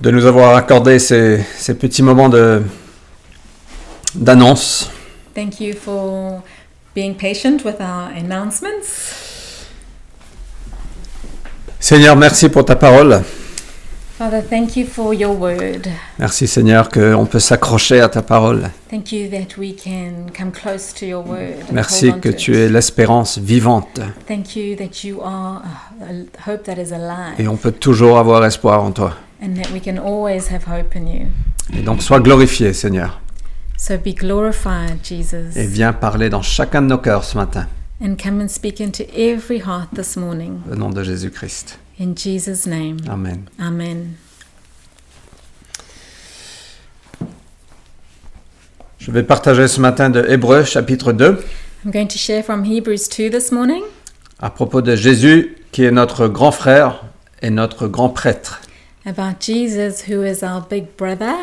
de nous avoir accordé ces, ces petits moments de d'annonce. Thank you for being patient with our announcements. Seigneur, merci pour ta parole. Father, thank you for your word. Merci Seigneur qu'on peut s'accrocher à ta parole. Thank you that we can come close to your word. and hold Merci on que to tu it. es l'espérance vivante Thank you that you are a a hope that is alive et on peut toujours avoir espoir en toi. and that we can always have hope in you. Et donc sois glorifié Seigneur So be glorified, Jesus, et viens parler dans chacun de nos cœurs ce matin and come and speak into every heart this morning. au nom de Jésus-Christ. In Jesus' name. Amen. Amen. Je vais partager ce matin de Hébreux chapitre 2 I'm going to share from Hebrews 2 this morning à propos de Jésus qui est notre grand frère et notre grand prêtre. about Jesus, who is our big brother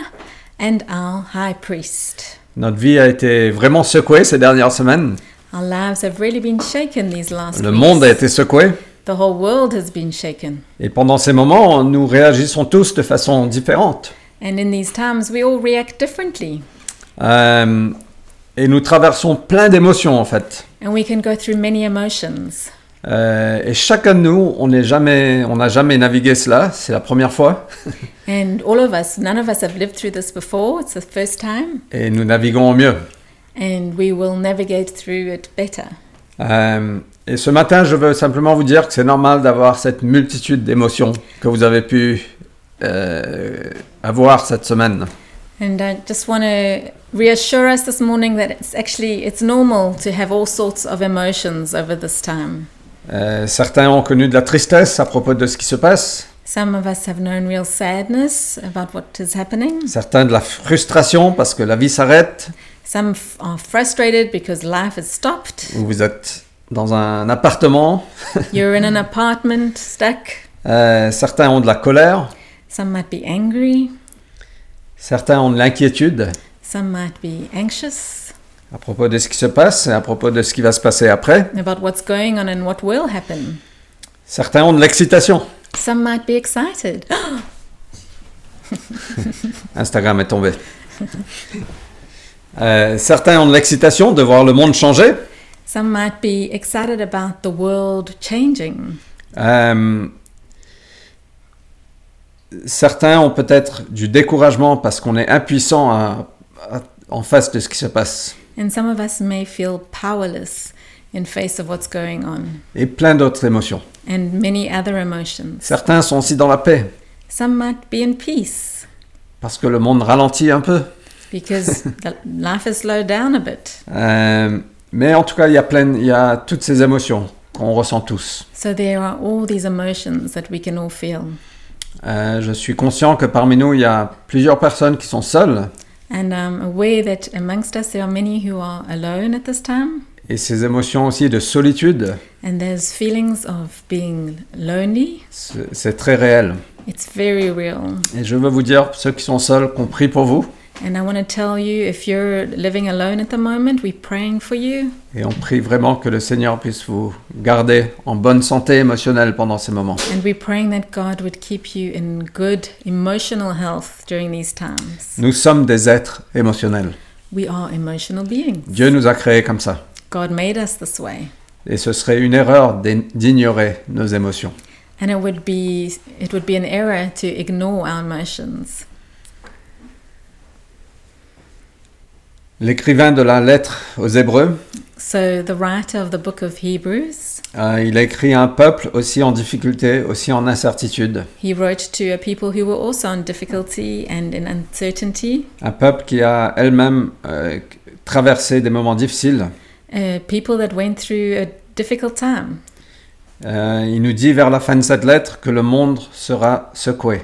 and our high priest. Notre vie a été vraiment secouée ces dernières semaines. Our lives have really been shaken these last Le weeks. monde a été secoué. The whole world has been shaken. Et pendant ces moments, nous réagissons tous de façon différente. And in these times, we all react differently. Euh, et nous traversons plein d'émotions en fait. And we can go through many emotions. Euh, et chacun de nous, on n'est jamais, on n'a jamais navigué cela. C'est la première fois. And all of us, none of us have lived through this before. It's the first time. Et nous naviguons au mieux. And we will navigate through it better. Euh, et ce matin, je veux simplement vous dire que c'est normal d'avoir cette multitude d'émotions que vous avez pu euh, avoir cette semaine. And I just want to reassure us this morning that it's actually it's normal to have all sorts of emotions over this time. Euh, certains ont connu de la tristesse à propos de ce qui se passe, Some of us have known real sadness about what is happening. certains de la frustration parce que la vie s'arrête, Some f- are frustrated because life has stopped. ou vous êtes dans un appartement, You're in an apartment stuck. Euh, certains ont de la colère, Some might be angry. certains ont de l'inquiétude Some might be anxious à propos de ce qui se passe et à propos de ce qui va se passer après, about what's going on and what will happen. certains ont de l'excitation. Some might be excited. Instagram est tombé. Euh, certains ont de l'excitation de voir le monde changer. Some might be excited about the world changing. Euh, certains ont peut-être du découragement parce qu'on est impuissant à- à- en face de ce qui se passe. And some of us may feel powerless in face of what's going on Et plein d'autres émotions. and many other emotions. Certains sont aussi dans la paix Some might be in peace parce que le monde ralentit un peu. because the life has slowed down a bit. Euh, mais en tout cas, il y a plein, il y a toutes ces émotions qu'on ressent tous. So there are all these emotions that we can all feel. Euh, je suis conscient que parmi nous, il y a plusieurs personnes qui sont seules And I'm aware that amongst us there are many who are alone at this time. et ces émotions aussi de solitude, And there's feelings of being lonely. c'est c'est très réel. It's very real. Et je veux vous dire, ceux qui sont seuls, qu'on prie pour vous And I want to tell you if you're living alone at the moment, we're praying for you. et on prie vraiment que le Seigneur puisse vous garder en bonne santé émotionnelle pendant ces moments. And we're praying that God would keep you in good emotional health during these times. Nous sommes des êtres émotionnels. We are emotional beings. Dieu nous a créés comme ça. God made us this way. Et ce serait une erreur d'ign- d'ignorer nos émotions. And it would be it would be an error to ignore our emotions. L'écrivain de la lettre aux Hébreux So the writer of the book of Hebrews, Euh, il a écrit à un peuple aussi en difficulté, aussi en incertitude. he wrote to a people who were also in difficulty and in uncertainty. Un peuple qui a elle-même euh, traversé des moments difficiles. uh, people that went through a difficult time. Euh, il nous dit vers la fin de cette lettre que le monde sera secoué.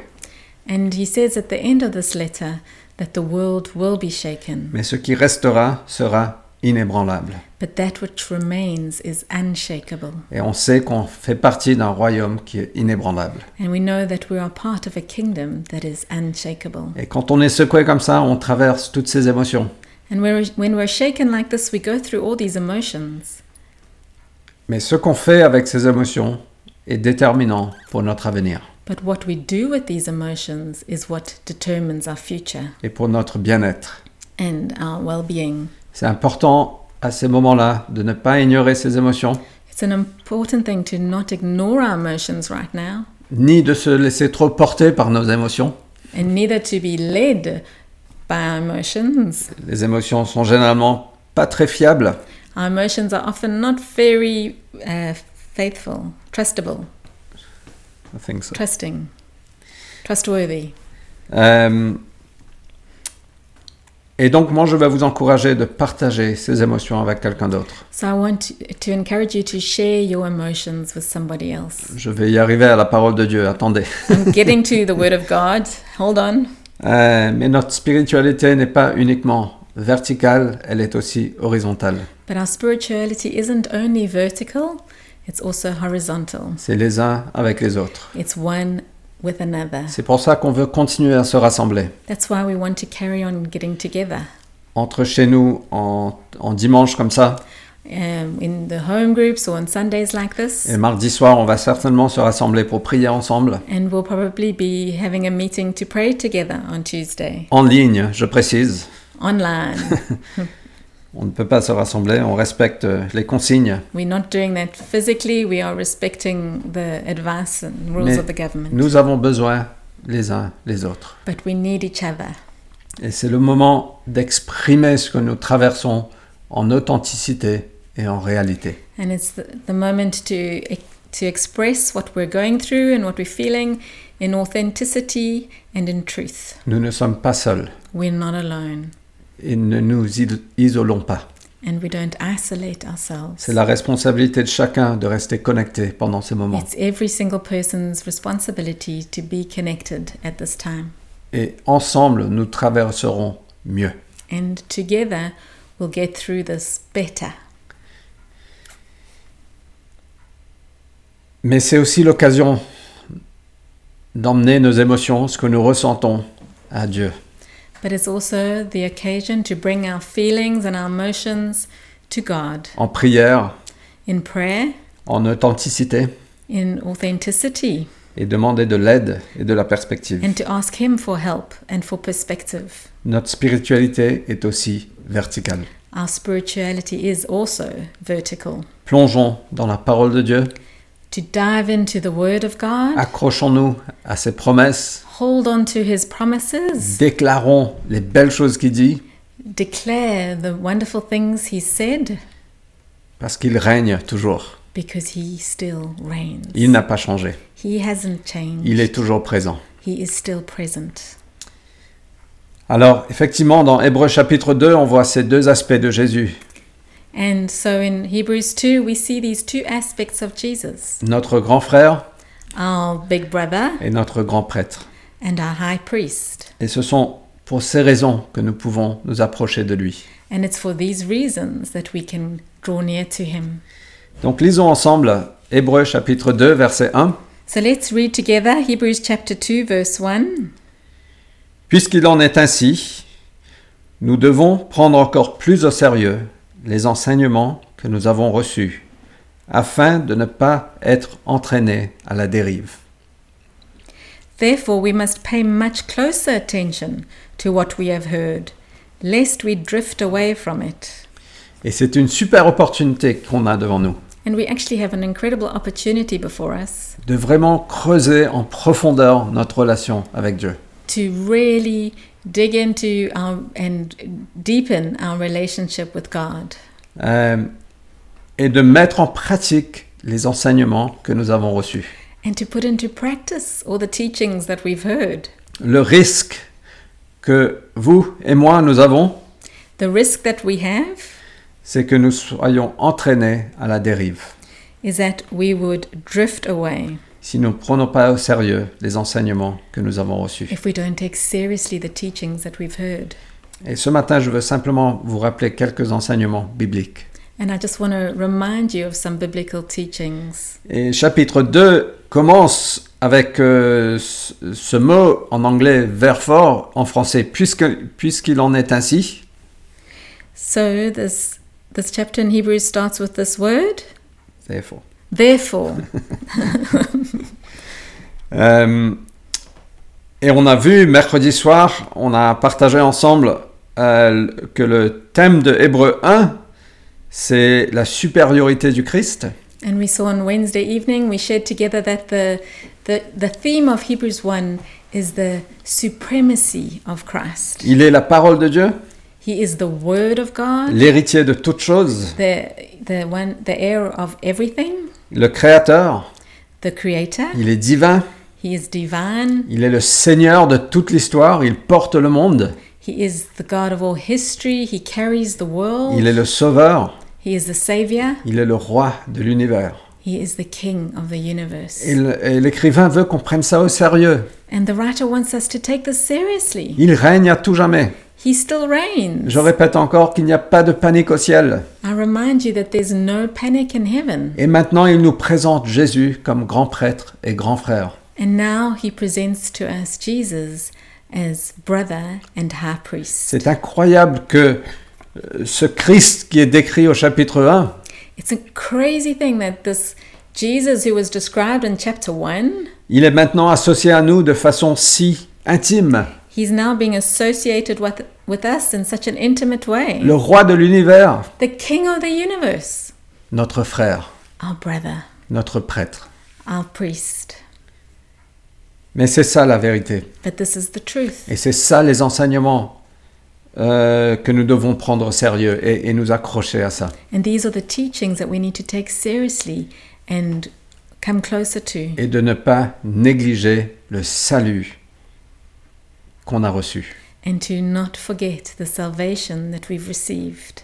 And he says at the end of this letter that the world will be shaken, Mais ce qui restera sera inébranlable. but that which remains is unshakable. Et on sait qu'on fait partie d'un royaume qui est inébranlable. And we know that we are part of a kingdom that is unshakable. Et quand on est secoué comme ça, on traverse toutes ces émotions. And we're, when we're shaken like this, we go through all these emotions. Mais ce qu'on fait avec ces émotions est déterminant pour notre avenir. But what we do with these emotions is what determines our future et pour notre bien-être. and our well being. C'est important à ces moments-là de ne pas ignorer ses émotions, It's an important thing to not ignore our emotions right now ni de se laisser trop porter par nos émotions. and neither to be led by our emotions. Les émotions sont généralement pas très fiables. Our emotions are often not very uh, faithful, trustable, I think so. trusting, trustworthy. Euh, et donc moi je vais vous encourager de partager ces émotions avec quelqu'un d'autre. So I want to, to encourage you to share your emotions with somebody else. Je vais y arriver à la parole de Dieu, attendez. I'm getting to the Word of God. Hold on. Euh, mais notre spiritualité n'est pas uniquement verticale, elle est aussi horizontale. But our spirituality isn't only vertical, it's also horizontal. C'est les uns avec les autres. It's one with another. C'est pour ça qu'on veut continuer à se rassembler. That's why we want to carry on getting together. Entre chez nous en, en dimanche comme ça, Um, in the home groups or on Sundays like this. et mardi soir on va certainement se rassembler pour prier ensemble. And we'll probably be having a meeting to pray together on Tuesday, En ligne, je précise. online. On ne peut pas se rassembler, on respecte euh, les consignes. We're not doing that physically, we are respecting the advice and rules Mais of the government. Nous avons besoin les uns les autres. But we need each other. Et c'est le moment d'exprimer ce que nous traversons en authenticité et en réalité. And it's the, the moment to, to express what we're going through and what we're feeling in authenticity and in truth. Nous ne sommes pas seuls We're not alone et ne nous il- isolons pas. and we don't isolate ourselves. C'est la responsabilité de chacun de rester connecté pendant ces moments. It's every single person's responsibility to be connected at this time. Et ensemble, nous traverserons mieux. And together we'll get through this better. Mais c'est aussi l'occasion d'emmener nos émotions, ce que nous ressentons, à Dieu. But it's also the occasion to bring our feelings and our emotions to God En prière, in prayer, en authenticité, in authenticity, et demander de l'aide et de la perspective. and to ask Him for help and for perspective. Notre spiritualité est aussi verticale. Our spirituality is also vertical. Plongeons dans la parole de Dieu, To dive into the Word of God, accrochons-nous à ses promesses, hold on to His promises, déclarons les belles choses qu'il dit, declare the wonderful things He said, parce qu'il règne toujours. because He still reigns. Il n'a pas changé. He hasn't changed. Il est toujours présent. He is still present. Alors, effectivement, dans Hébreu chapitre 2, on voit ces deux aspects de Jésus. And so in Hebrews 2, we see these two aspects of Jesus Notre grand frère our big brother et notre grand prêtre. and our high priest. Et ce sont pour ces raisons que nous pouvons nous approcher de lui. And it's for these reasons that we can draw near to him. Donc, lisons ensemble Hébreu chapitre 2, verset 1. So let's read together Hebrews chapter 2, verse 1. Puisqu'il en est ainsi, nous devons prendre encore plus au sérieux les enseignements que nous avons reçus, afin de ne pas être entraînés à la dérive. Therefore, we must pay much closer attention to what we have heard, lest we drift away from it. Et c'est une super opportunité qu'on a devant nous, And we actually have an incredible opportunity before us. de vraiment creuser en profondeur notre relation avec Dieu. to really dig into our, and deepen our relationship with God Euh, et de mettre en pratique les enseignements que nous avons reçus. and to put into practice all the teachings that we've heard. Le risque que vous et moi nous avons, The risk that we have c'est que nous soyons entraînés à la dérive. is that we would drift away si nous ne prenons pas au sérieux les enseignements que nous avons reçus. if we don't take seriously the teachings that we've heard. Et ce matin, je veux simplement vous rappeler quelques enseignements bibliques. And I just want to remind you of some biblical teachings. Et chapitre 2 commence avec euh, ce ce mot en anglais verfort, en français puisque puisqu'il en est ainsi. So this this chapter in Hebrews starts with this word, C'est faux. therefore. Euh, et on a vu mercredi soir, on a partagé ensemble euh, que le thème de Hébreu 1, c'est la supériorité du Christ. And we saw on Wednesday evening, we shared together that the, the, the theme of Hebrews 1 is the supremacy of Christ. Il est la parole de Dieu, He is the Word of God, l'héritier de toutes choses, the, the, one, the heir of everything, le Créateur, the Creator. il est divin, He is divine. il est le Seigneur de toute l'histoire, il porte le monde, He is the God of all history. He carries the world. il est le Sauveur, He is the Savior. il est le Roi de l'univers. He is the King of the universe. Et le- et l'écrivain veut qu'on prenne ça au sérieux. And the writer wants us to take this seriously. Il règne à tout jamais. He still reigns. Je répète encore qu'il n'y a pas de panique au ciel. I remind you that there's no panic in heaven. Et maintenant, il nous présente Jésus comme grand prêtre et grand frère. And now he presents to us Jesus as brother and high priest. C'est incroyable que euh, ce Christ qui est décrit au chapitre 1, It's a crazy thing that this Jesus who was described in chapter 1, il est maintenant associé à nous de façon si intime. he's now being associated with, with us in such an intimate way. Le roi de l'univers, The King of the universe, notre frère, our brother, notre prêtre. our priest. Mais c'est ça la vérité. But this is the truth. Et c'est ça les enseignements euh, que nous devons prendre au sérieux et- et nous accrocher à ça. And these are the teachings that we need to take seriously and come closer to, et de ne pas négliger le salut qu'on a reçu. and to not forget the salvation that we've received.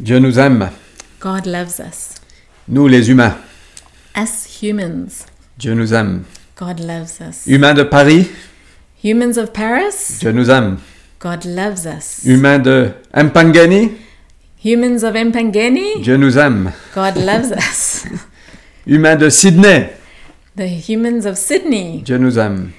Dieu nous aime, God loves us. nous les humains. Us humans, Dieu nous aime. God loves us. Humains de Paris, Humans of Paris, Dieu nous aime. God loves us. Humains de Mpangani, Humans of Empangeni, Dieu nous aime. God loves us. Humains de Sydney, The humans of Sydney, Dieu nous aime.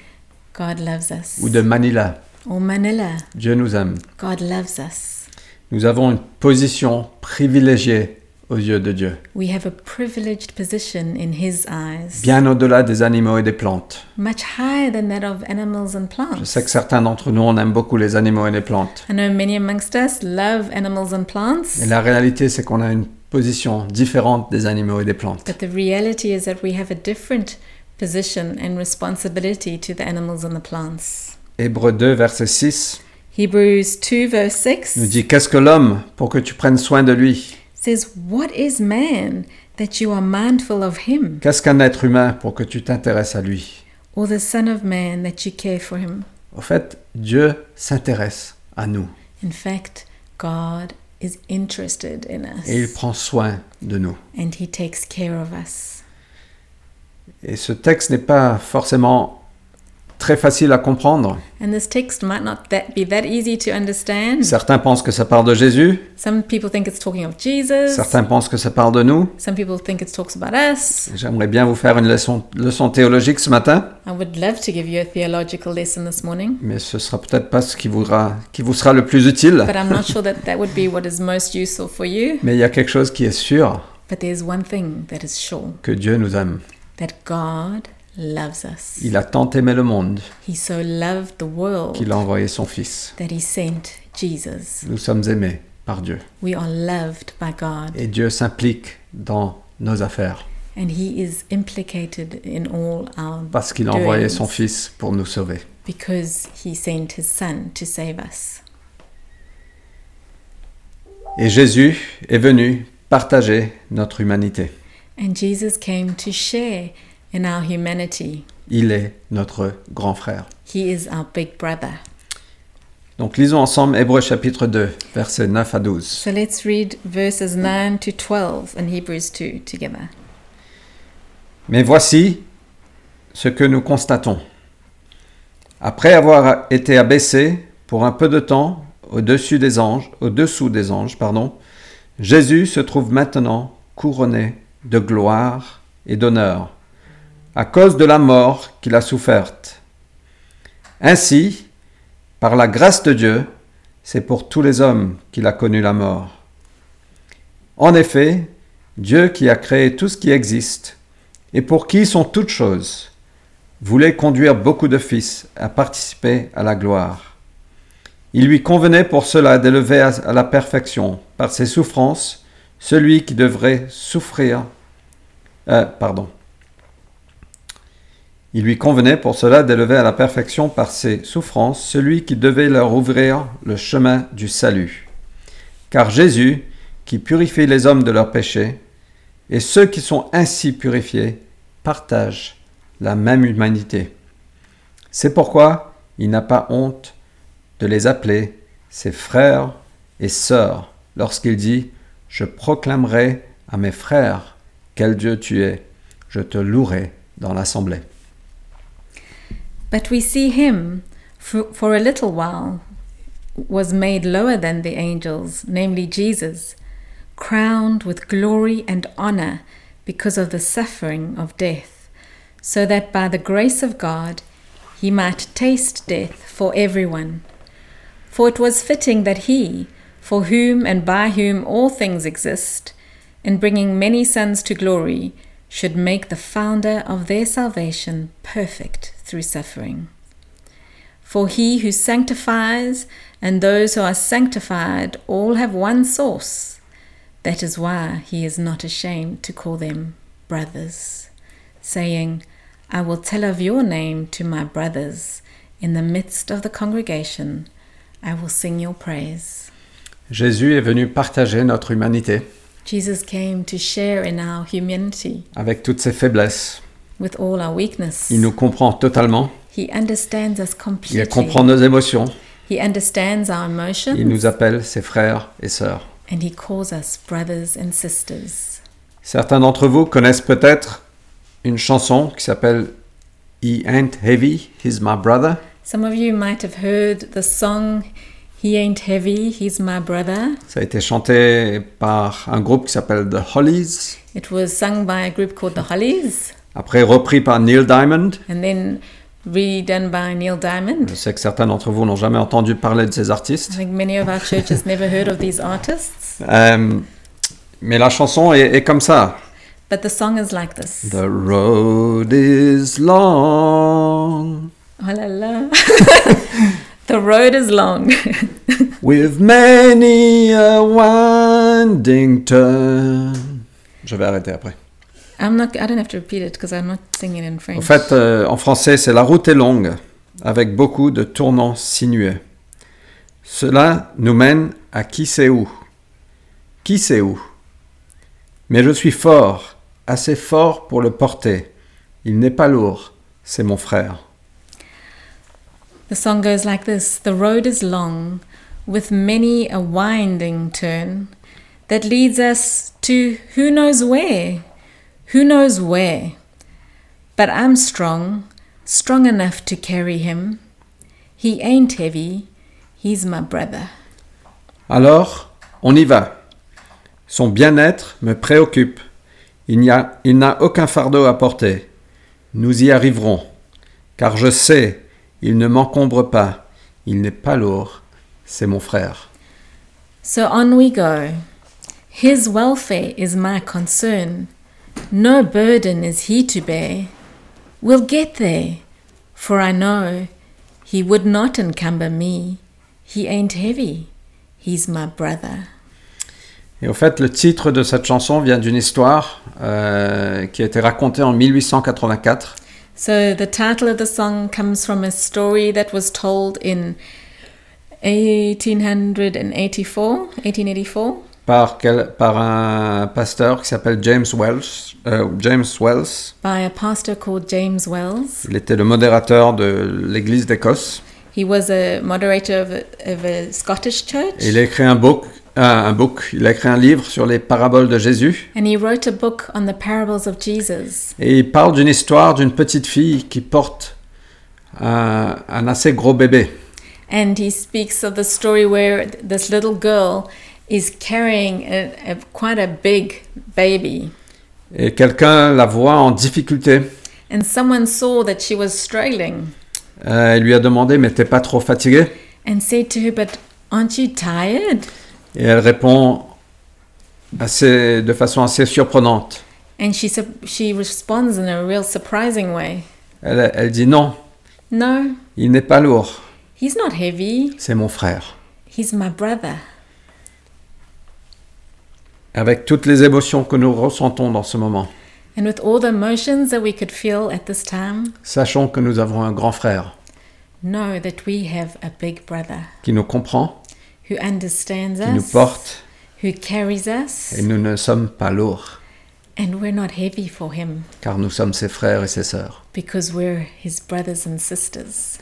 God loves us. Ou de Manila, Or Manila, Dieu nous aime. God loves us. Nous avons une position privilégiée aux yeux de Dieu, We have a privileged position in His eyes, bien au-delà des animaux et des plantes. much higher than that of animals and Je plants. sais que certains d'entre nous, on aime beaucoup les animaux et les plantes. I know many amongst us love animals and Et plants, la réalité, c'est qu'on a une position différente des animaux et des plantes. but the reality is that we have a different position and responsibility to the animals and the plants. Hébreux 2, verset 6 Hebrews 2, verse nous 6 dit Qu'est-ce que l'homme pour que tu prennes soin de lui says, What is man that you are mindful of him, Qu'est-ce qu'un être humain pour que tu t'intéresses à lui or the Son of Man that you care for him? Au fait, Dieu s'intéresse à nous In fact, God is interested in us, et il prend soin de nous. and He takes care of us. Et ce texte n'est pas forcément très facile à comprendre. And this text might not that be that easy to understand. Certains pensent que ça parle de Jésus, Some people think it's talking of Jesus. certains pensent que ça parle de nous. Some people think it talks about us. J'aimerais bien vous faire une leçon, leçon théologique ce matin, I would love to give you a theological lesson this morning, mais ce sera peut-être pas ce qui vous, ra- qui vous sera le plus utile. but I'm not sure that that would be what is most useful for you. Mais il y a quelque chose qui est sûr, But there's one thing that is sure que Dieu nous aime. that God loves us. Il a tant aimé le monde He so loved the world qu'il a envoyé son Fils. that He sent Jesus. Nous sommes aimés par Dieu. We are loved by God, Et Dieu s'implique dans nos affaires and He is implicated in all our parce qu'il a envoyé son Fils pour nous sauver. because He sent His Son to save us. Et Jésus est venu partager notre humanité. And Jesus came to share in our humanity. Il est notre grand frère. He is our big brother. Donc lisons ensemble Hébreux chapitre 2, versets 9 à 12. So let's read verses 9 to 12 in Hebrews 2 together. Mais voici ce que nous constatons. Après avoir été abaissé pour un peu de temps au-dessus des anges, au-dessous des anges, pardon, Jésus se trouve maintenant couronné de gloire et d'honneur à cause de la mort qu'il a soufferte. Ainsi, par la grâce de Dieu, c'est pour tous les hommes qu'il a connu la mort. En effet, Dieu qui a créé tout ce qui existe et pour qui sont toutes choses, voulait conduire beaucoup de fils à participer à la gloire. Il lui convenait pour cela d'élever à- à la perfection, par ses souffrances, celui qui devrait souffrir. euh, pardon. Il lui convenait pour cela d'élever à la perfection par ses souffrances celui qui devait leur ouvrir le chemin du salut. Car Jésus, qui purifie les hommes de leurs péchés, et ceux qui sont ainsi purifiés partagent la même humanité. C'est pourquoi il n'a pas honte de les appeler ses frères et sœurs lorsqu'il dit Je proclamerai à mes frères quel Dieu tu es, je te louerai dans l'assemblée. But we see him, for, for a little while, was made lower than the angels, namely Jesus, crowned with glory and honor because of the suffering of death, so that by the grace of God he might taste death for everyone. For it was fitting that he, for whom and by whom all things exist, in bringing many sons to glory, should make the founder of their salvation perfect through suffering. For he who sanctifies and those who are sanctified all have one source. That is why he is not ashamed to call them brothers, saying, I will tell of your name to my brothers. In the midst of the congregation, I will sing your praise. Jésus est venu partager notre humanité Jesus came to share in our humanity avec toutes ses faiblesses. with all our weakness. Il nous comprend totalement, He understands us il completely. comprend nos émotions, He understands our emotions il nous appelle ses frères et sœurs. and he calls us brothers and sisters. Certains d'entre vous connaissent peut-être une chanson qui s'appelle He Ain't Heavy, He's My Brother. Some of you might have heard the song He Ain't Heavy, He's My Brother. Ça a été chanté par un groupe qui s'appelle The Hollies, It was sung by a group called the Hollies après repris par Neil Diamond. and then redone by Neil Je Diamond. sais que certains d'entre vous n'ont jamais entendu parler de ces I artistes. think many of our churches never heard of these artists, Euh, mais la chanson est, est comme ça. but the song is like this. The road is long, Oh la la. the road is long with many a winding turn. Je vais arrêter après. I'm not I don't have to repeat it because I'm not singing in French. En fait, euh, en français, c'est la route est longue, avec beaucoup de tournants sinueux. Cela nous mène à qui sait où. Qui sait où Mais je suis fort, assez fort pour le porter. Il n'est pas lourd, c'est mon frère. The song goes like this The road is long, with many a winding turn, that leads us to who knows where, who knows where. But I'm strong, strong enough to carry him. He ain't heavy, he's my brother. Alors, on y va. Son bien-être me préoccupe. Il n'y a- il n'a aucun fardeau à porter. Nous y arriverons. Car je sais, il ne m'encombre pas. Il n'est pas lourd. C'est mon frère. So on we go. His welfare is my concern. No burden is he to bear. We'll get there, for I know he would not encumber me. He ain't heavy. He's my brother. Et au fait, le titre de cette chanson vient d'une histoire euh, qui a été racontée en 1884 So the title of the song comes from a story that was told in 1884, 1884 par, quel- par un pasteur qui s'appelle James Wells. euh, James Wells. by a pastor called James Wells. Il était le modérateur de l'Église d'Écosse. He was a moderator of a, of a Scottish church. Et Il a écrit un book, euh, un book, il a écrit un livre sur les paraboles de Jésus. And he wrote a book on the parables of Jesus. Et il parle d'une histoire d'une petite fille qui porte un, un assez gros bébé. And he speaks of the story where th- this little girl is carrying a, a, quite a big baby. Et quelqu'un la voit en difficulté. And someone saw that she was struggling Euh, il lui a demandé, mais t'es pas trop fatiguée and said to her, But aren't you tired? Et elle répond assez, de façon assez surprenante. And she, sup- she responds in a real surprising way Elle, elle dit non, No, il n'est pas lourd, he's not heavy, c'est mon frère. he's my brother. Avec toutes les émotions que nous ressentons dans ce moment, And with all the emotions that we could feel at this time, sachons que nous avons un grand frère know that we have a big brother qui nous comprend, who understands qui nous us, porte, who carries us, et nous ne sommes pas lourds, and we're not heavy for him car nous sommes ses frères et ses sœurs. because we're his brothers and sisters.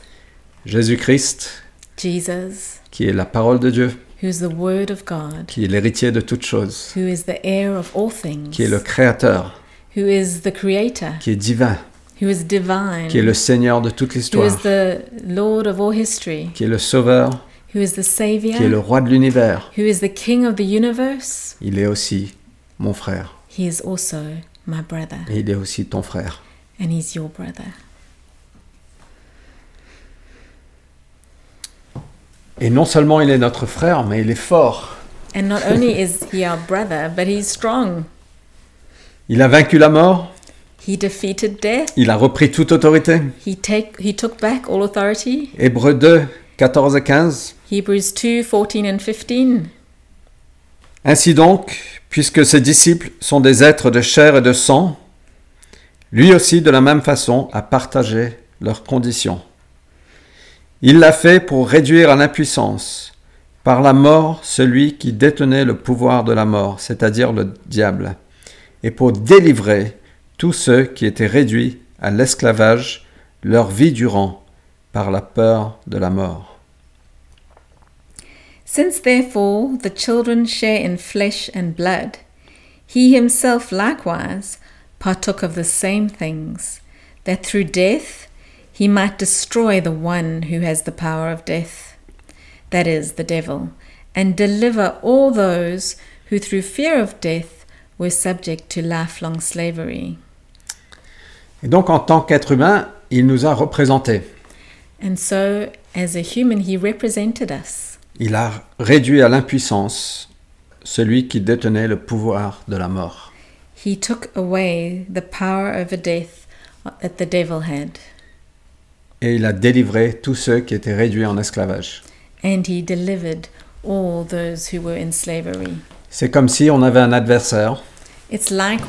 Jésus-Christ, Jesus, qui est la parole de Dieu, who's the Word of God, qui est l'héritier de toutes choses, who is the heir of all things, qui est le Créateur, who is the Creator, qui est divin, who is divine, qui est le Seigneur de toute who l'histoire, is the Lord of all history, qui est le Sauveur, who is the qui est Savior, le Roi de l'univers, who is the King of the universe. il est aussi mon frère, He is also my brother, et il est aussi ton frère. and he's your brother. Et non seulement il est notre frère, mais il est fort. And not only is he our brother, but he's strong. Il a vaincu la mort, He defeated death. il a repris toute autorité. He take he took back all authority. Hébreux 2, 14 et 15. Hebrews 2, 14 and 15. Ainsi donc, puisque ses disciples sont des êtres de chair et de sang, lui aussi de la même façon a partagé leurs conditions. Il l'a fait pour réduire à l'impuissance par la mort celui qui détenait le pouvoir de la mort, c'est-à-dire le diable, et pour délivrer tous ceux qui étaient réduits à l'esclavage leur vie durant par la peur de la mort. Since therefore the children share in flesh and blood, he himself likewise partook of the same things, that through death he might destroy the one who has the power of death, that is, the devil, and deliver all those who through fear of death were subject to lifelong slavery. Et donc en tant qu'être humain, il nous a représentés. And so, as a human, he represented us. Il a réduit à l'impuissance celui qui détenait le pouvoir de la mort. He took away the power over death that the devil had. Et il a délivré tous ceux qui étaient réduits en esclavage. and he delivered all those who were in slavery. C'est comme si on avait un adversaire It's like,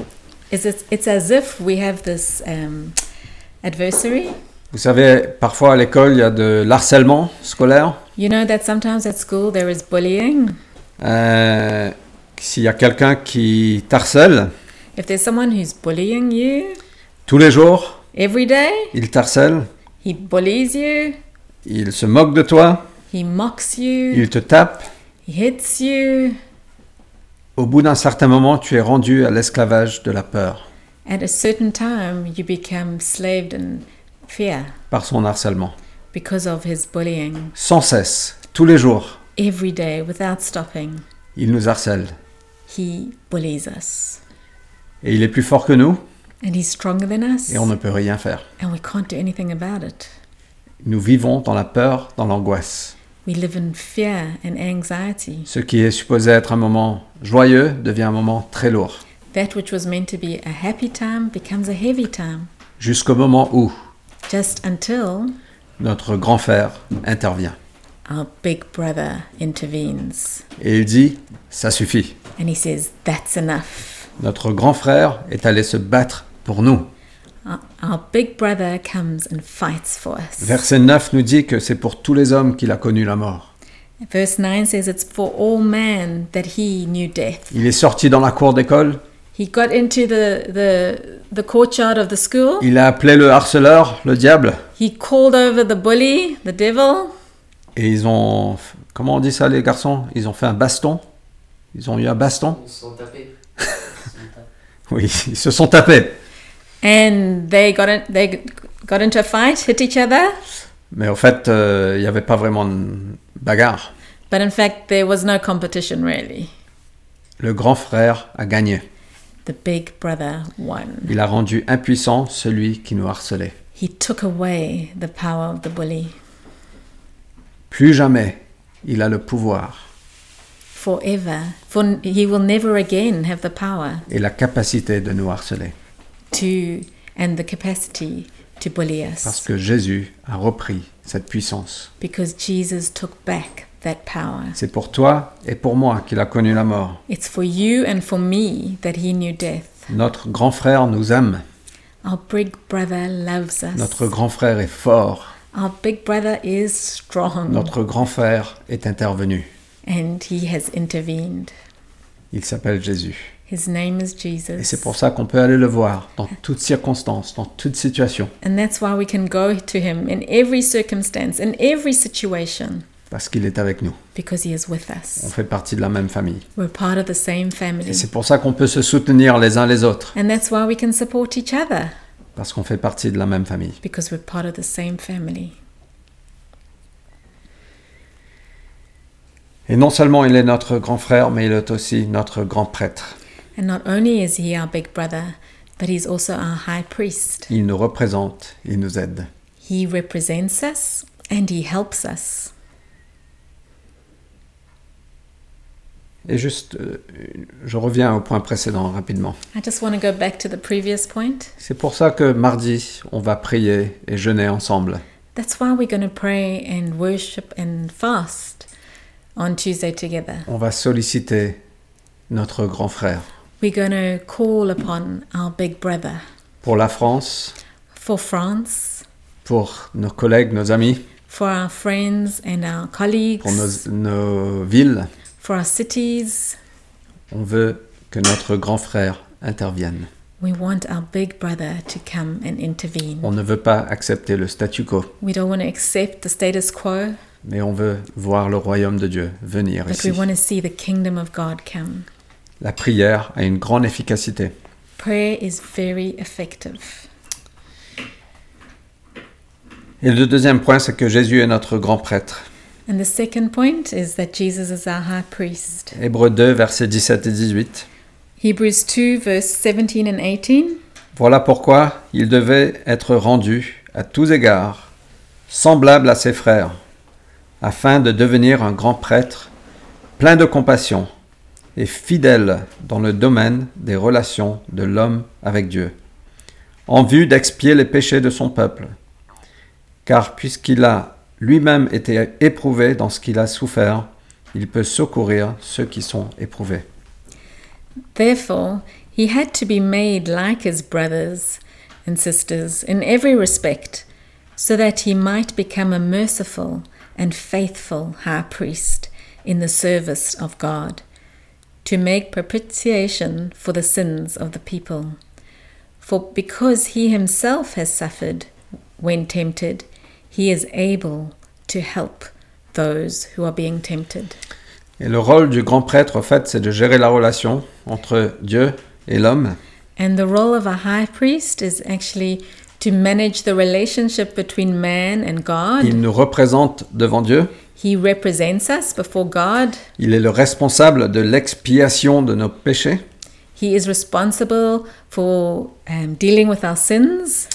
it's, it's, it's as if we have this um, adversary. Vous savez, parfois à l'école, il y a de l'harcèlement scolaire. You know that sometimes at school there is bullying. Euh, S'il y a quelqu'un qui t'harcèle, If there's someone who's bullying you tous les jours, every day, il t'harcèle, he bullies you, il se moque de toi, he mocks you, il te tape. he hits you. Au bout d'un certain moment, tu es rendu à l'esclavage de la peur At a certain time, you become slaved in fear par son harcèlement. because of his bullying. Sans cesse, tous les jours, Every day, without stopping, il nous harcèle. he bullies us. Et il est plus fort que nous And he's stronger than us, et on ne peut rien faire. and we can't do anything about it. Nous vivons dans la peur, dans l'angoisse. We live in fear and anxiety. Ce qui est supposé être un moment joyeux devient un moment très lourd. That which was meant to be a happy time becomes a heavy time, Jusqu'au moment où just until notre grand frère intervient. our big brother intervenes Et il dit, ça suffit. and he says, That's enough. Notre grand frère est allé se battre pour nous. Our, our big brother comes and fights for us. Verset 9 nous dit que c'est pour tous les hommes qu'il a connu la mort. Verse 9 says, It's for all man that he knew death. Il est sorti dans la cour d'école, He got into the, the, the courtyard of the school, il a appelé le harceleur, le diable, he called over the bully, the devil. et ils ont... Comment on dit ça les garçons Ils ont fait un baston Ils ont eu un baston Ils se sont tapés. Ils se sont tapés. Oui, ils se sont tapés. and they got in, they g- got into a fight, hit each other, Mais en fait, euh, il n'y avait pas vraiment de bagarre. but in fact there was no competition really. Le grand frère a gagné. The big brother won. Il a rendu impuissant celui qui nous harcelait. He took away the power of the bully. Plus jamais, il a le pouvoir forever. For he will never again have the power et la capacité de nous harceler. to and the capacity to bully Parce us que Jésus a repris cette puissance. because Jesus took back that power. C'est pour toi et pour moi qu'il a connu la mort. It's for you and for me that he knew death. Notre grand frère nous aime. Our big brother loves us. Notre grand frère est fort. Our big brother is strong Notre grand frère est intervenu. and he has intervened. Il s'appelle Jésus. His name is Et Jesus. c'est pour ça qu'on peut aller le voir dans toutes circonstances, dans toute situation. And that's why we can go to him in every circumstance, in every situation, Parce qu'il est avec nous. because he is with On us. fait partie de la même famille. We're part of the same family. Et c'est pour ça qu'on peut se soutenir les uns les autres. And that's why we can support each other, Parce qu'on fait partie de la même famille. because we're part of the same family. Et non seulement il est notre grand frère, mais il est aussi notre grand prêtre. And not only is he our big brother, but he's also our high priest. Il nous représente, il nous aide. He represents us and he helps us. Et juste, euh, je reviens au point précédent rapidement. I just want to go back to the previous point. C'est pour ça que mardi, on va prier et jeûner ensemble. That's why we're going to pray and worship and fast on Tuesday together. On va solliciter notre grand frère. We're going to call upon our big brother Pour la France, for France, pour nos collègues, nos amis, for our friends and our pour colleagues, nos, nos villes, for our cities. on veut que notre grand frère intervienne. We want our big brother to come and intervene. On ne veut pas accepter le statu quo, We don't want to accept the status quo, mais on veut voir le royaume de Dieu venir but ici. we want to see the kingdom of God come. La prière a une grande efficacité. Prayer is very effective. Et le deuxième point, c'est que Jésus est notre grand prêtre. And the second point is that Jesus is our high priest. Hébreux 2, versets 17 et 18. Hebrews 2, verse 17 and 18. Voilà pourquoi il devait être rendu, à tous égards, semblable à ses frères, afin de devenir un grand prêtre, plein de compassion et fidèle dans le domaine des relations de l'homme avec Dieu, en vue d'expier les péchés de son peuple. Car puisqu'il a lui-même été éprouvé dans ce qu'il a souffert, il peut secourir ceux qui sont éprouvés. Therefore, he had to be made like his brothers and sisters in every respect, so that he might become a merciful and faithful high priest in the service of God, to make propitiation for the sins of the people. For because he himself has suffered when tempted, he is able to help those who are being tempted. Et le rôle du grand prêtre, en fait, c'est de gérer la relation entre Dieu et l'homme. And the role of a high priest is actually to manage the relationship between man and God. Il nous représente devant Dieu. He represents us before God. Il est le responsable de l'expiation de nos péchés. He is responsible for um, dealing with our sins.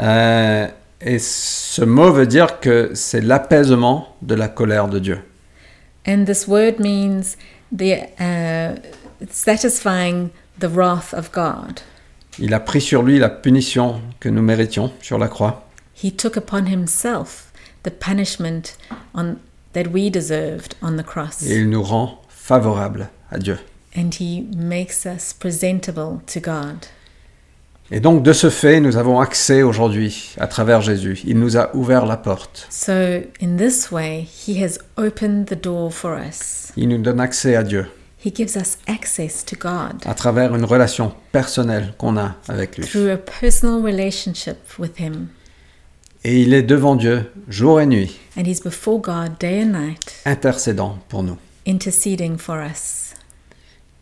Euh, et ce mot veut dire que c'est l'apaisement de la colère de Dieu. And this word means the uh, satisfying the wrath of God. Il a pris sur lui la punition que nous méritions sur la croix. He took upon himself the punishment on that we deserved on the cross. Et il nous rend favorables à Dieu. And he makes us presentable to God. Et donc de ce fait, nous avons accès aujourd'hui à travers Jésus. Il nous a ouvert la porte. So, in this way, He has opened the door for us. Il nous donne accès à Dieu. He gives us access to God à travers une relation personnelle qu'on a avec lui. through a personal relationship with Him. Et il est devant Dieu jour et nuit, And He's before God day and night, intercédant pour nous. interceding for us.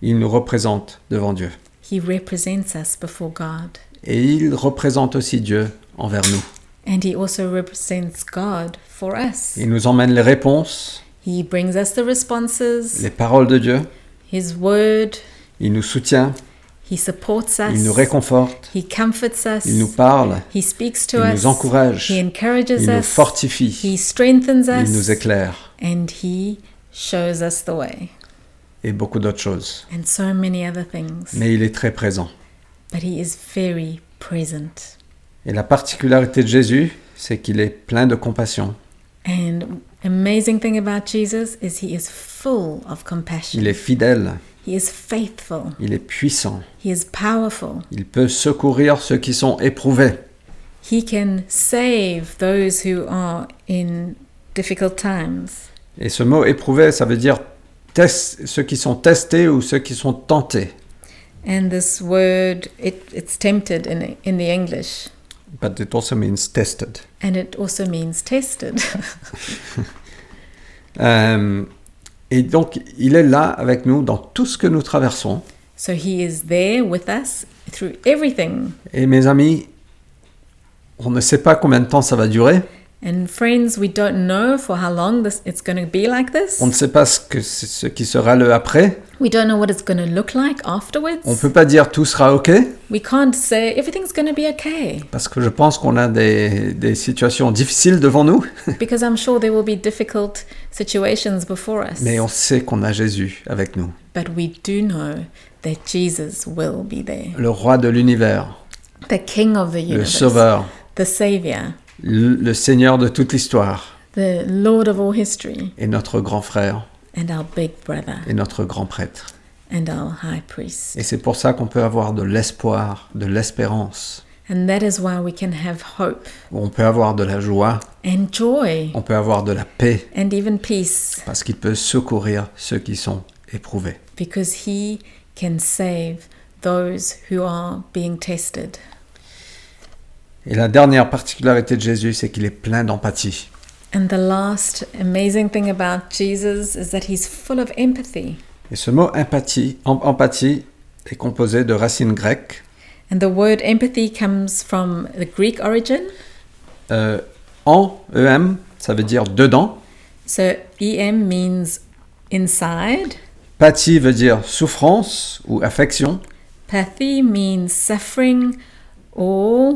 Il nous représente devant Dieu. He represents us before God. Et il représente aussi Dieu envers nous. And He also represents God for us. Il nous emmène les réponses, He brings us the responses, les paroles de Dieu. His word. Il nous soutient, He supports il nous us. réconforte, He comforts il nous us. parle, He speaks il to nous us. encourage, He encourages il nous us. fortifie, He strengthens il nous us. éclaire. and he shows us the way. et beaucoup d'autres choses. and so many other things. Mais il est très présent. But he is very present. Et la particularité de Jésus, c'est qu'il est plein de compassion. And amazing thing about Jesus is he is full of compassion. Il est fidèle, He is faithful. il est puissant. He is powerful. Il peut secourir ceux qui sont éprouvés. He can save those who are in difficult times. Et ce mot éprouvé, ça veut dire test- ceux qui sont testés ou ceux qui sont tentés. And this word, it, it's tempted in, in the English. But it also means tested. And it also means tested. Euh, et donc, il est là avec nous dans tout ce que nous traversons. so he is there with us through everything. Et mes amis, on ne sait pas combien de temps ça va durer. And friends, we don't know for how long this it's going to be like this. On ne sait pas ce, que, ce qui sera le après. We don't know what it's going to look like afterwards. On ne peut pas dire tout sera OK, We can't say everything's going to be okay parce que je pense qu'on a des, des situations difficiles devant nous. because I'm sure there will be difficult situations before us. Mais on sait qu'on a Jésus avec nous, But we do know that Jesus will be there, le roi de l'univers, the King of le the universe, sauveur, the Savior, le le seigneur de toute l'histoire, the Lord of all history, et notre grand frère, and our big brother, et notre grand prêtre. and our high priest. Et c'est pour ça qu'on peut avoir de l'espoir, de l'espérance, And that is why we can have hope on peut avoir de la joie, and joy on peut avoir de la paix, and even peace parce qu'il peut secourir ceux qui sont éprouvés. because He can save those who are being tested. Et la dernière particularité de Jésus, c'est qu'il est plein d'empathie. And the last amazing thing about Jesus is that he's full of empathy. Et ce mot empathie, em- empathie est composé de racines grecques, And the word empathy comes from the Greek origin. euh, en, em, ça veut dire dedans, So EM means inside, Pathie veut dire souffrance ou affection. pathy means suffering or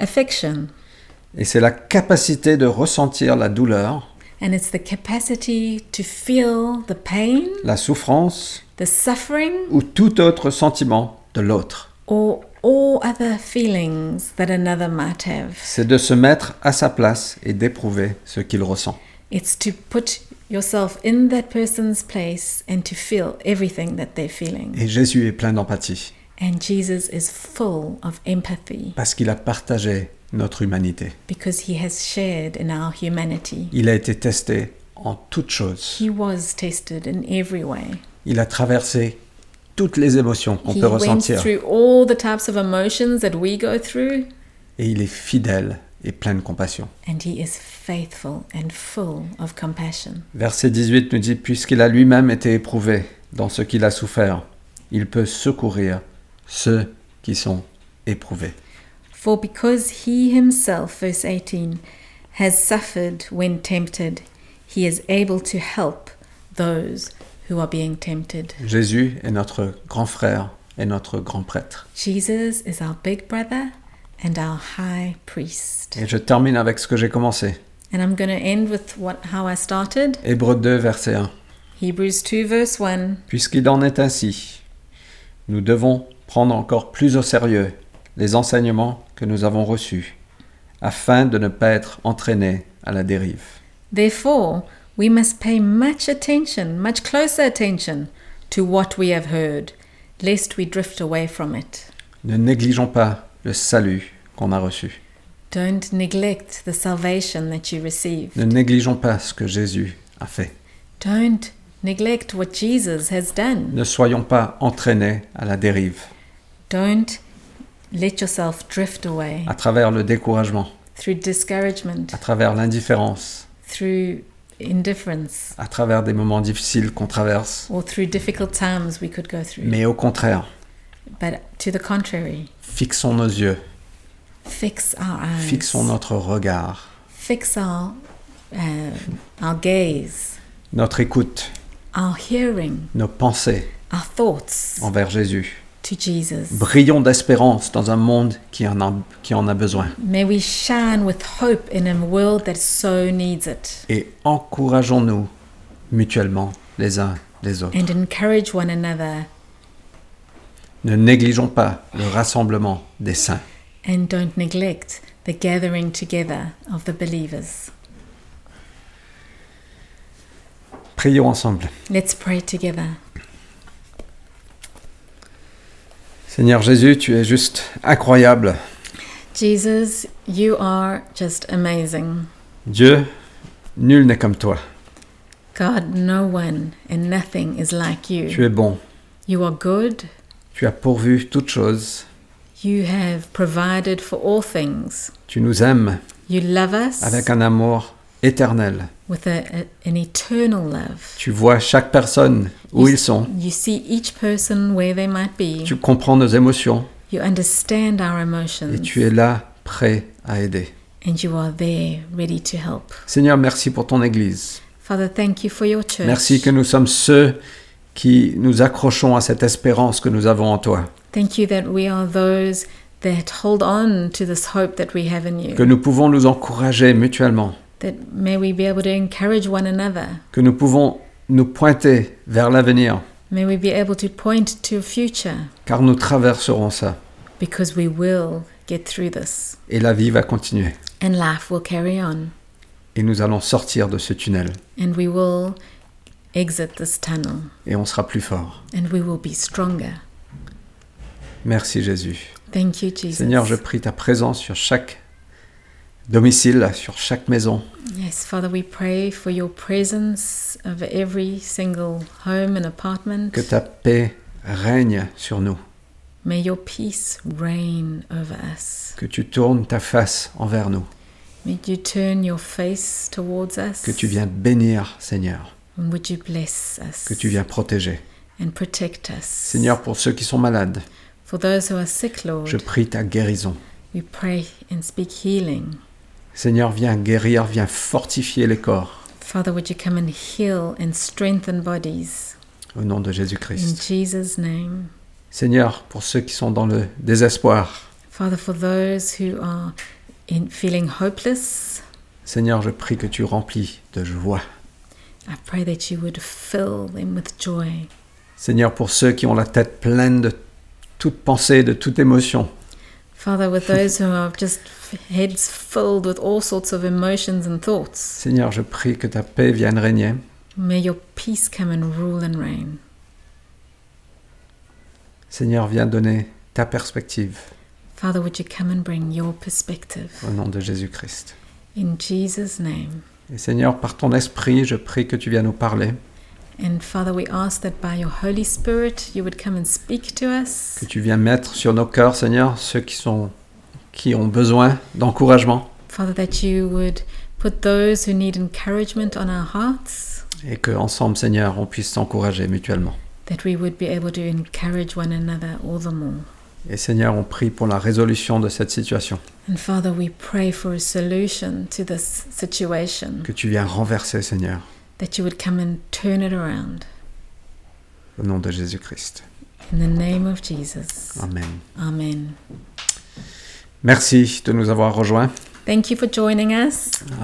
affection. Et c'est la capacité de ressentir la douleur, And it's the capacity to feel the pain, la souffrance the suffering, ou tout autre sentiment de l'autre. or all other feelings that another might have. C'est de se mettre à sa place et d'éprouver ce qu'il ressent. It's to put yourself in that person's place and to feel everything that they're feeling. Et Jésus est plein d'empathie And Jesus is full of empathy parce qu'il a partagé notre humanité. because he has shared in our humanity. Il a été testé en toutes choses. He was tested in every way. Il a traversé toutes les émotions qu'on he peut went ressentir. through all the types of emotions that we go through, Et il est fidèle et plein de compassion. and he is faithful and full of compassion. Verset 18 nous dit, puisqu'il a lui-même été éprouvé dans ce qu'il a souffert, il peut secourir ceux qui sont éprouvés. For because he himself, verse 18, has suffered when tempted, he is able to help those who are being tempted. Jésus est notre grand frère et notre grand prêtre. Jesus is our big brother and our high priest. Et je termine avec ce que j'ai commencé. And I'm going to end with what, how I started Hébreux 2, verset 1. Hebrews 2, verse 1. Puisqu'il en est ainsi, nous devons prendre encore plus au sérieux les enseignements que nous avons reçus, afin de ne pas être entraînés à la dérive. Therefore, we must pay much attention, much closer attention to what we have heard, lest we drift away from it. Ne négligeons pas le salut qu'on a reçu. Don't neglect the salvation that you receive. Ne négligeons pas ce que Jésus a fait. Don't neglect what Jesus has done. Ne soyons pas entraînés à la dérive, Don't let yourself drift away à travers le découragement, through discouragement, à travers l'indifférence, through indifference, à travers des moments difficiles qu'on traverse. or through difficult times we could go through. Mais au contraire, But to the contrary, fixons nos yeux, fix our eyes. fixons notre regard, fix our uh, our gaze, notre écoute, our hearing, nos pensées our thoughts envers Jésus. to Jesus. Brillons d'espérance dans un monde qui en a, qui en a besoin. May we shine with hope in a world that so needs it, Et encourageons-nous mutuellement les uns les autres. and encourage one another, Ne négligeons pas le rassemblement des saints. and don't neglect the gathering together of the believers. Prions ensemble. Let's pray together. Seigneur Jésus, tu es juste incroyable. Jesus, you are just amazing. Dieu, nul n'est comme toi. God, no one and nothing is like you. Tu es bon. You are good. Tu as pourvu toutes choses. You have provided for all things. Tu nous aimes You love us avec un amour éternel. with a, a- an eternal love. Tu vois chaque personne où ils sont. You see each person where they might be. Tu comprends nos émotions You understand our et emotions. tu es là prêt à aider. And you are there ready to help. Seigneur, merci pour ton Église. Father, thank you for your church. Merci que nous sommes ceux qui nous accrochons à cette espérance que nous avons en toi. Thank you that we are those that hold on to this hope that we have in you. Que nous pouvons nous encourager mutuellement. That may we be able to encourage one another. Que nous pouvons nous pointer vers l'avenir. May we be able to point to a future Car nous traverserons ça. because we will get through this Et la vie va continuer. and life will carry on Et nous allons sortir de ce tunnel. and we will exit this tunnel Et on sera plus fort. and we will be stronger. Merci Jésus. Thank you, Jesus. Seigneur, je prie ta présence sur chaque domicile, sur chaque maison. Yes, Father, we pray for your presence over every single home and apartment. Que ta paix règne sur nous. May your peace reign over us. Que tu tournes ta face envers nous. May you turn your face towards us. Que tu viens bénir, Seigneur. And would you bless us Que tu viens protéger. and protect us. Seigneur, pour ceux qui sont malades, For those who are sick, Lord, je prie ta guérison. we pray and speak healing. Seigneur, viens guérir, viens fortifier les corps. Father, would you come and heal and strengthen bodies? Au nom de In Jésus-Christ. Jesus' name. Seigneur, pour ceux qui sont dans le désespoir, Father, for those who are in feeling hopeless, Seigneur, je prie que tu remplis de joie. I pray that you would fill them with joy. Seigneur, pour ceux qui ont la tête pleine de toute pensée, de toute émotion, Father, with those who are just f- heads filled with all sorts of emotions and thoughts, Seigneur, je prie que ta paix vienne régner. may your peace come and rule and reign. Seigneur, viens donner ta perspective Father, would you come and bring your perspective? au nom de Jésus-Christ. In Jesus' name. Et Seigneur, par ton esprit, je prie que tu viennes nous parler, And Father, we ask that by your Holy Spirit you would come and speak to us, que tu viennes mettre sur nos cœurs, Seigneur, ceux qui sont qui ont besoin d'encouragement Father, that you would put those who need encouragement on our hearts, et que ensemble, Seigneur, on puisse s'encourager mutuellement. that we would be able to encourage one another all the more. Et Seigneur, on prie pour la résolution de cette situation, And Father, we pray for a solution to this situation, que tu viennes renverser, Seigneur, that you would come and turn it around. au nom de Jésus-Christ. In the name of Jesus. Amen. Amen. Merci de nous avoir rejoints. Thank you for joining us.